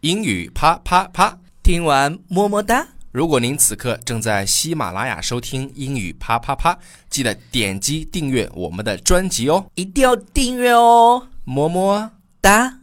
英语啪啪啪。听完么么哒，如果您此刻正在喜马拉雅收听英语啪啪啪，记得点击订阅我们的专辑哦，一定要订阅哦，么么哒。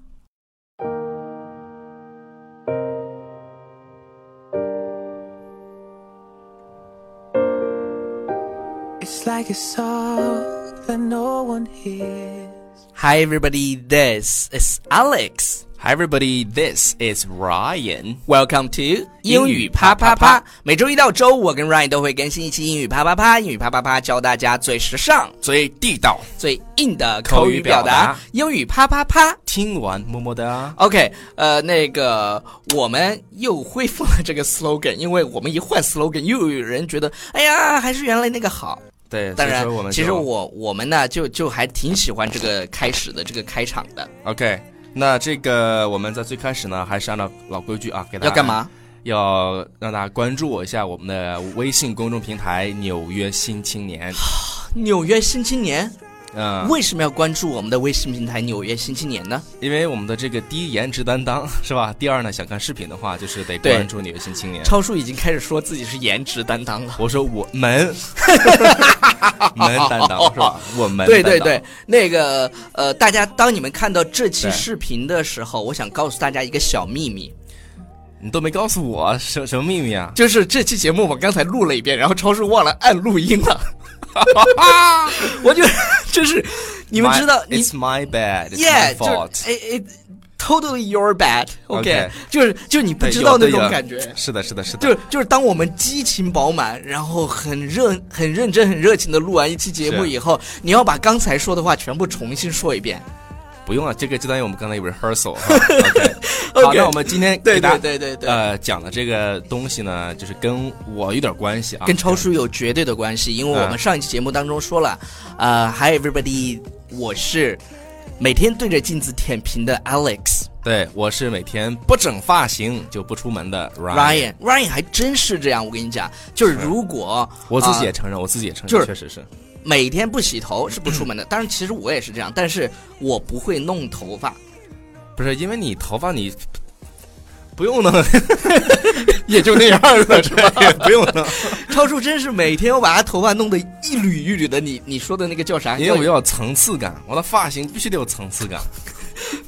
It's like a song that no one hears. Hi everybody, this is Alex. Hi everybody, this is Ryan. Welcome to 英英语语啪啪啪啪啪啪。每周一到周五，我跟 Ryan 都会更新一期英语啪啪啪。英语啪啪啪教大家最时尚、最地道，最硬的口口语语表表达达。英语啪啪啪。听完么么哒。 OK，呃，那个我们又恢复了这个 slogan，因为我们一换 slogan，又有人觉得，哎呀，还是原来那个好。对，所当以然说我，们其实就我我们呢，就就还挺喜欢这个开始的这个开场的。 OK。那这个我们在最开始呢，还是按照老规矩啊，给大家要干？嘛？要让大家关注我一下我们的微信公众平台《纽约新青年》。 纽约新青年嗯，为什么要关注我们的微信平台《纽约新青年》呢？因为我们的这个第一颜值担当 是吧？第二呢，想看视频的话，就是得对关注《纽约新青年》。超叔已经开始说自己是颜值担当 了。我说我们 门担当是吧？我们对担对当对，那个呃，大家当你们看到这期对视频的时候，我想告诉大家一个小秘密，你都没告诉我什什么秘密啊？就是这期节目我刚才录了一遍，然后超叔忘了按录音 了，我就就是你们 My- 知道你 It's my bad, it's my yeah，就 fault. 哎哎，totally your bad，OK，、 OK 就是就是你不对知道有的那种有的感觉。是的，是的，是的。就是就是，当我们激情饱满，然后很热、很认真、很热情的录完一期节目是以后，你要把刚才说的话全部重新说一遍。不用了，啊这个就当于我们刚才有 rehearsal 哈。OK，好， OK 那我们今天对给大家对对对对呃讲的这个东西呢，就是跟我有点关系啊，嗯跟超叔有绝对的关系，因为我们上一期节目当中说了，呃，Hi everybody，我是每天对着镜子舔屏的 Alex 对我是每天不整发型就不出门的 Ryan， Ryan Ryan 还真是这样，我跟你讲，就是如果我自己也呃承认，我自己也承就认，是确实是。每天不洗头是不出 门的，当然其实我也是这样，但是我不会弄头发，不是因为你头发你不用弄， 也就那样了，是吧？也不用弄，超叔真是每天我把他头发弄得一缕一缕的，你你说的那个叫啥？因为我要层次感，我的发型必须得有层次 感。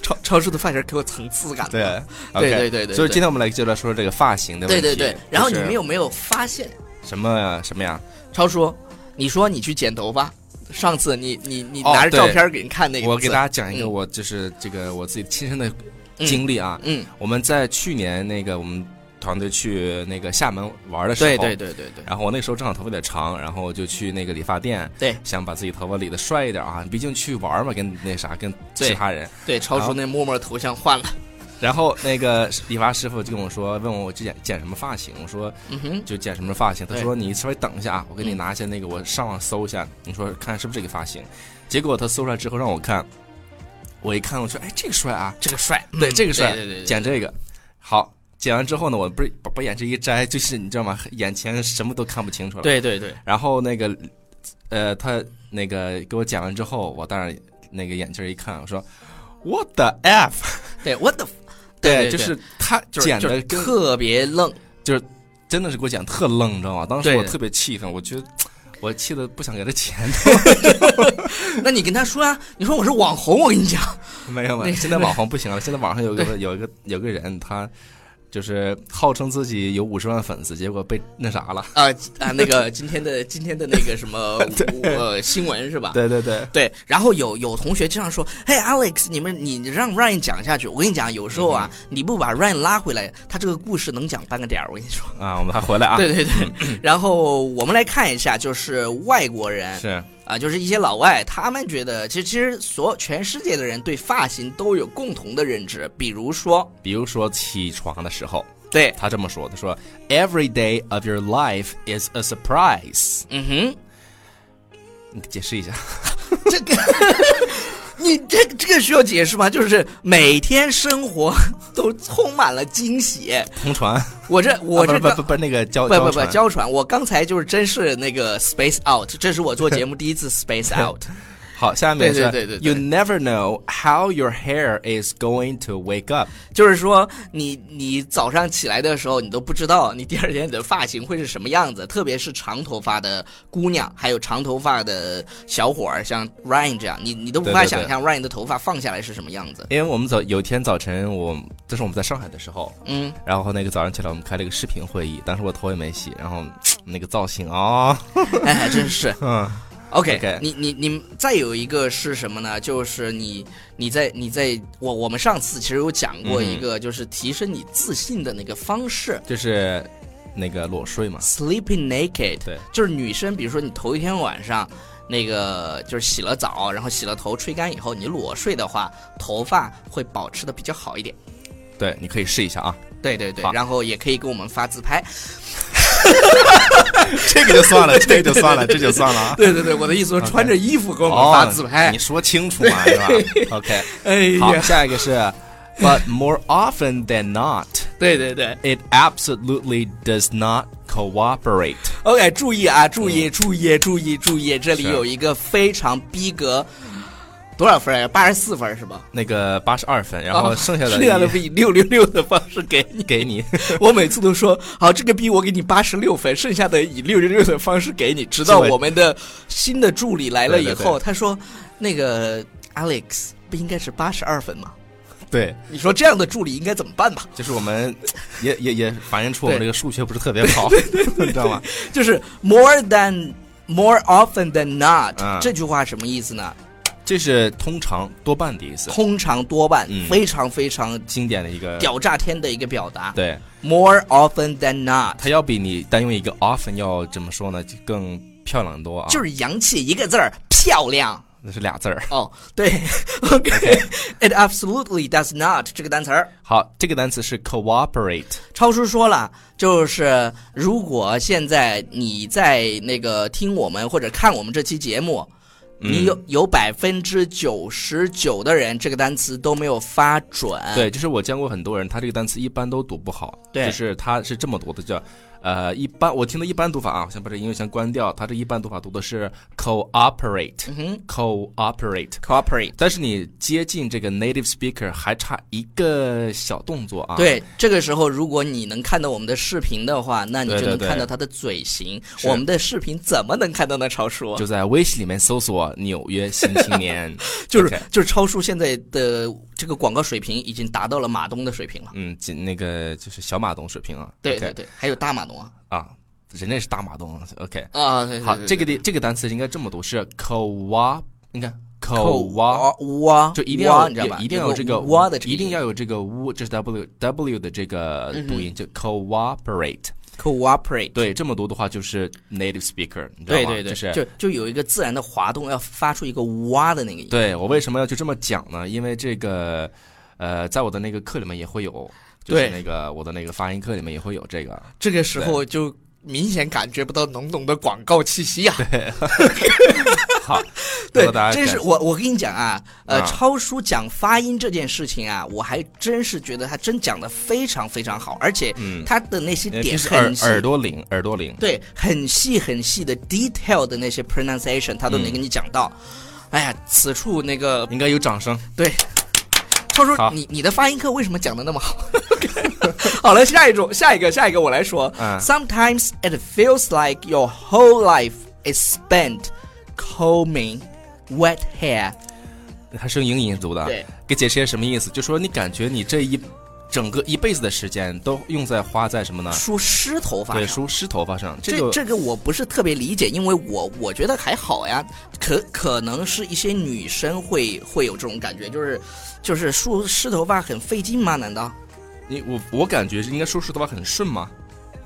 超超叔的发型给我层次感。对，对 OK，对对对所以对今天我们来就来说这个发型的问对题。对对，然后你就是们有没有发现，什么什么呀？超叔，你说你去剪头发，上次你你你哦拿着对照片给人看那个，我给大家讲一个嗯我就是这个我自己亲身的嗯经历啊。嗯，我们在去年那个我们团队去那个厦门玩的时候，对对对对对然后我那时候正好头发有点长，然后我就去那个理发店，对想把自己头发理的帅一点啊，毕竟去玩嘛，跟那啥跟对其他人。对，超好叔那默默头像换了，然后那个理发师傅就跟我说，问我我剪剪什么发型，我说嗯哼，就剪什么发型。他对说你稍微等一下啊，我给你拿一下那个，我上网搜一下，你说看是不是这个发型。结果他搜出来之后让我看，我一看我说哎这个帅啊，这个帅，对嗯这个帅，对对对对，剪这个好。剪完之后呢，我不是把把眼这一摘，就是你知道吗？眼前什么都看不清楚了。对对对，然后那个，呃，他那个给我讲完之后，我当然那个眼镜一看，我说 What the f？对我的，对，就是他就是剪就的是跟特别愣，就是真的是给我剪特愣，你知道吗？当时对我特别气愤，我觉得我气的不想给他钱。 那你跟他说啊，你说我是网红，我跟你讲，没有没那有，个现在网红不行了，现在网上有一个有一个有个人他。就是号称自己有五十万粉丝，结果被那啥了。啊啊，那个今天的今天的那个什 么呃新闻是吧？对对对，对，然后有有同学经常说：“嘿，Alex，你们你让 Ryan 讲下去。”我跟你讲，有时候嗯啊，你不把 Ryan 拉回来，他这个故事能讲半个点儿。我跟你说，啊，我们还回来啊。对对对。然后我们来看一下，就是外国人是啊，就是一些老外，他们觉得其实其实所有全世界的人对发型都有共同的认知，比如说，比如说起床的时候，对，他这么说，他说：“Every day of your life is a surprise。嗯哼，”你解释一下，这个 你这这个需要解释吗？就是每天生活都充满了惊喜。同传，我这 我啊这不个。是不不不那个交不不不，传娇 喘！我刚才就是真是那个 space out，这是我做节目第一次 space out。好，下面是对对对对对 You never know how your hair is going to wake up。就是说你你早上起来的时候，你都不知道你第二天你的发型会是什么样子，特别是长头发的姑娘，还有长头发的小伙儿，像 Ryan 这样，你你都无对对法对想象 Ryan 的头发放下来是什么样子。因为我们早有一天早晨，我这是我们在上海的时候，嗯，然后那个早上起来我们开了一个视频会议，当时我头也没洗，然后那个造型啊、 哎，还真是。嗯， OK，, OK 你你你再有一个是什么呢？就是你你在你在我我们上次其实有讲过一个，就是提升你自信的那个方式。就是那个裸睡嘛， Sleeping naked，对，就是女生，比如说你头一天晚上，那个就是洗了澡，然后洗了头，吹干以后，你裸睡的话，头发会保持的比较好一点。对，你可以试一下啊，对对对好，然后也可以给我们发自拍。这个就算了，这个就算了，这就算了啊。 对对对，我的意思说 穿着衣服给我们哦，发自拍你。说清楚嘛， 是吧？OK，哎好，呀，下一个是，But more often than not。对对对 It absolutely does not cooperate。 ，OK，注意啊，注意注意注意注意，这里嗯是有一个非常逼格，多少分啊？八十四分是吧？那个八十二分，然后啊剩下的剩下的会以六六六的方式给 你。给你，我每次都说好，这个逼我给你八十六分，剩下的以六六六的方式给你。直到是吧我们的新的助理来了以对对后，他说：“那个 Alex 不应该是八十二分吗？对，你说这样的助理应该怎么办吧？就是我们也也也反映出我们这对个数学不是特别好，你知道吗？就是 more than more often than not、嗯这句话什么意思呢？这是通常多半的意思，通常多半，嗯非常非常经典的一个，屌炸天的一个表达。对，啊 more often than not，它要比你单用一个 often 要怎么说呢，就更漂亮多啊，就是洋气一个字儿，漂亮。那是俩字儿。哦，对，OK，it、absolutely does not 这个单词儿，好，这个单词是 cooperate，超叔说了，就是如果现在你在那个听我们或者看我们这期节目，嗯你有有百分之九十九的人这个单词都没有发准，对，就是我见过很多人，他这个单词一般都读不好，对就是他是这么读的，叫呃一般，我听的一般读法啊，我先把这音乐先关掉，他这一般读法读的是 cooperate，cooperate、嗯 cooperate。哼，cooperate，但是你接近这个 native speaker 还差一个小动作啊。，对，这个时候如果你能看到我们的视频的话，那你对就对能对看到他的嘴型。是我们的视频怎么能看到呢？超叔就在微信里面搜索“纽约新青年”， 就是 OK 就是超叔现在的这个广告水平已经达到了马东的水平了。嗯，仅那个就是小马东水平啊。对 OK 对对，还有大马东啊啊，人家是大马东。OK，啊，好，这个地这个单词应该这么读是 coa，应该 coa。哇哇，就一定要哇你知道吧？一定要有这个哇的这个一定要有这个 w，这是 w w 的这个读嗯音，就 cooperate。 cooperate。对，这么读的话就是 native speaker，你知道对吗？对对，就是就就有一个自然的滑动，要发出一个哇的那个音。对我为什么要就这么讲呢？因为这个，呃，在我的那个课里面也会有，就对是那个我的那个发音课里面也会有这个。这个时候就明显感觉不到浓浓的广告气息啊！好，对如果大，家真是感我我跟你讲啊，呃，啊超叔讲发音这件事情啊，我还真是觉得他真讲的非常非常好，而且他的那些呃平点时耳很细耳朵灵，耳朵灵。对，很细很细的 detail 的那些 pronunciation，他都能给你讲到。嗯哎呀，此处那个应该有掌声。对，超叔好，你你的发音课为什么讲的那么好？ 好了，下一种，下一个，下一个我来说。嗯 Sometimes it feels like your whole life is spent combing wet hair。它是用英音读的，对，给解释一下什么意思？就说你感觉你这一整个一辈子的时间都用在花在什么呢？梳湿头发啊对，上。梳湿头发上。这个这个我不是特别理解，因为我我觉得还好呀，可可能是一些女生会会有这种感觉，就是就是梳湿头发很费劲吗？难道你我我感觉应该梳湿头发很顺嘛。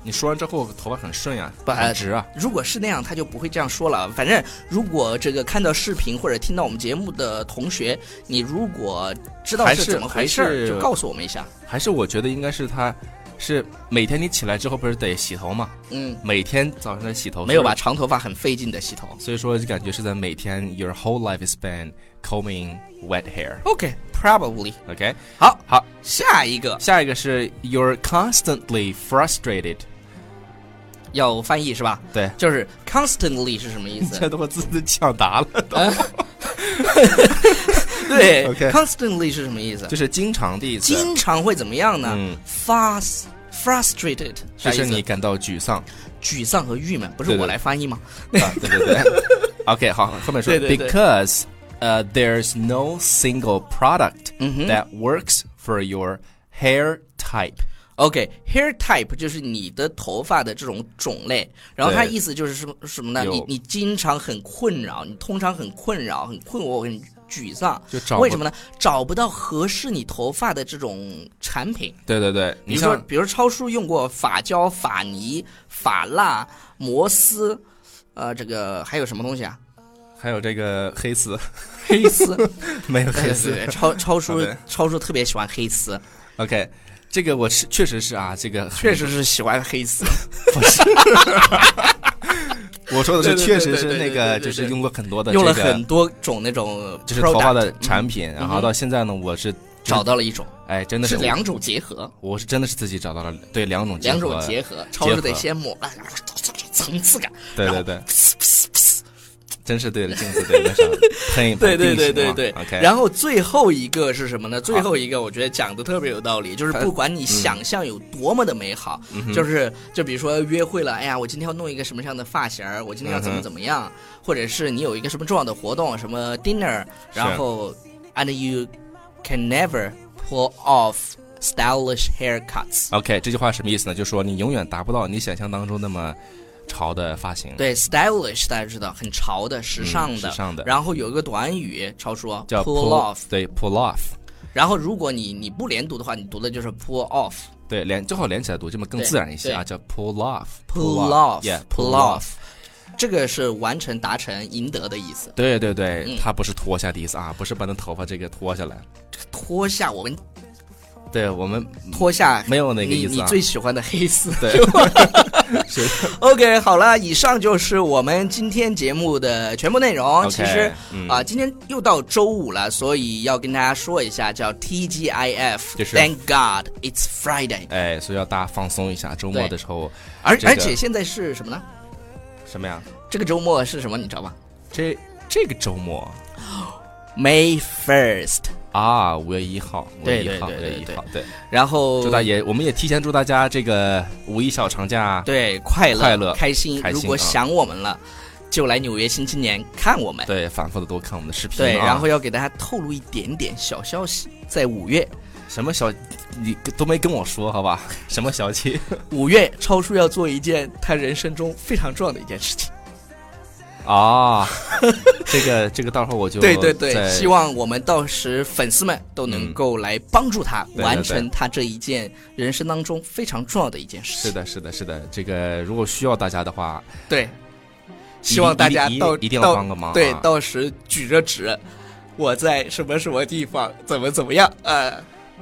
你梳完之后头发很顺呀，不呃很直啊。如果是那样，他就不会这样说了。反正如果这个看到视频或者听到我们节目的同学，你如果知道还是怎么回事还儿，是就告诉我们一下。还是我觉得应该是它，是每天你起来之后不是得洗头嘛？嗯，每天早上在洗头没有所以把长头发很费劲的洗头。所以说就感觉是在每天 your whole life is spent combing wet hair。 OK，probably、 OK，好，好，下一个下一个是 you're constantly frustrated。要翻译是吧？对， 就是 constantly 是什么意这思？都我自己抢答了。啊对 OK ，constantly 是什么意思？就是经常的意思，经常会怎么样呢嗯， ？Fast frustrated 啥就意思是？你感到沮 丧啊，沮丧和郁闷，不是对对我来翻译吗？对对对。OK，好，后面说对对对 because 呃、there's no single product 嗯哼 that works for your hair type。 OK，hair、type 就是你的头发的这种种类，然后它对意思就是什么什么呢？有你你经常很困扰，你通常很困扰、很困惑、很沮丧，就找不为什么呢？找不到合适你头发的这种产品，对对对，比你如说像比如超叔用过发胶、发泥、发蜡、摩丝，呃，这个还有什么东西啊？还有这个黑丝，黑丝，没有黑对丝对，对，超超好叔的超叔特别喜欢黑丝， OK，这个我是确实是啊，这个确实是喜欢黑丝。不是。我说的是，对对对确实是对对对那个，对对就是用过很多的，用了很，多种那种就是头发的 product，产品。然后到现在呢，我是找，到了一种，哎，真的是是，两种结合，我是真的是自己找到了对两种两种合结合，超市得先抹，然后层次感，对然对后对，真是对着镜子对着上喷一喷对对定对型对嘛对。 ，OK，然后最后一个是什么呢？最后一个我觉得讲的特别有道理，就是不管嗯你想象有多么的美好，就是就比如说约会了，哎呀，我今天要弄一个什么样的发型儿，我今天要嗯怎么哼怎么样，或者是你有一个什么重要的活动，什么 dinner，然后 and you can never pull off stylish haircuts。 OK，这句话什么意思呢？就说你永远达不到你想象当中那么潮的发型，对，stylish 大家知道，很潮的、时尚的。嗯时尚的然后有一个短语，超说叫 pull off。对 pull off，然后如果你你不连读的话，你读的就是 pull off。对连最好连起来读，这么更对自然一些啊，对叫 pull off，pull pull off。 off，yeah，pull off。这个是完成、达成、赢得的意思。对对对嗯，它不是脱下的意思啊，不是把那头发这个脱下来，脱下我们对我们脱下没有那个你意思你啊，最喜欢的黑丝。对 是 OK，好了，以上就是我们今天节目的全部内容。 OK，其实啊、嗯今天又到周五了，所以要跟大家说一下，叫 TGIF，、就是 Thank God It's Friday。哎，所以要大家放松一下，周末对的时候而、这个而且现在是什么呢？什么呀？这个周末是什么？你知道吧这这个周末？May first。啊，五月一号，五月对一号，五对对月对一对号，对，然后祝大爷，我们也提前祝大家这个五一小长假，对快乐啊快乐开心开心如果啊想我们了，就来纽约新青年看我们。对，反复的多看我们的视频、啊，对，然后要给大家透露一点点小消息，在五月，什么小，你都没跟我说好 吧？什么小七五月超叔要做一件他人生中非常重要的一件事情。啊？这个这个，到时候我就对对对，在希望我们到时粉丝们都能够来帮助他对对完成他这一件人生当中非常重要的一件事情。是的，是的，是的。这个如果需要大家的话，对，希望大家一定到一定一定要到帮个忙啊对，到时举着纸，我在什么什么地方，怎么怎么样，呃，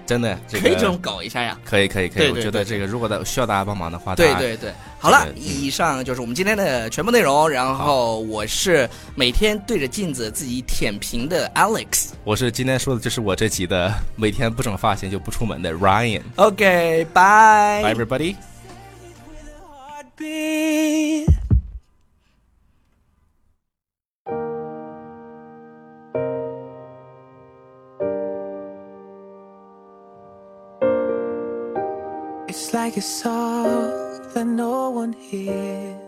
真的这可以这个种搞一下呀。可以可以可对以，我对觉得对这个如果大需要大家帮忙的话， 对大家对对，好了这，个嗯以上就是我们今天的全部内容。然后我是每天对着镜子自己舔屏的 Alex。我是今天说的，就是我这集的每天不整发型就不出门的 Ryan。 OK， Bye everybody. Heartbeat. It's like a song that no one hears.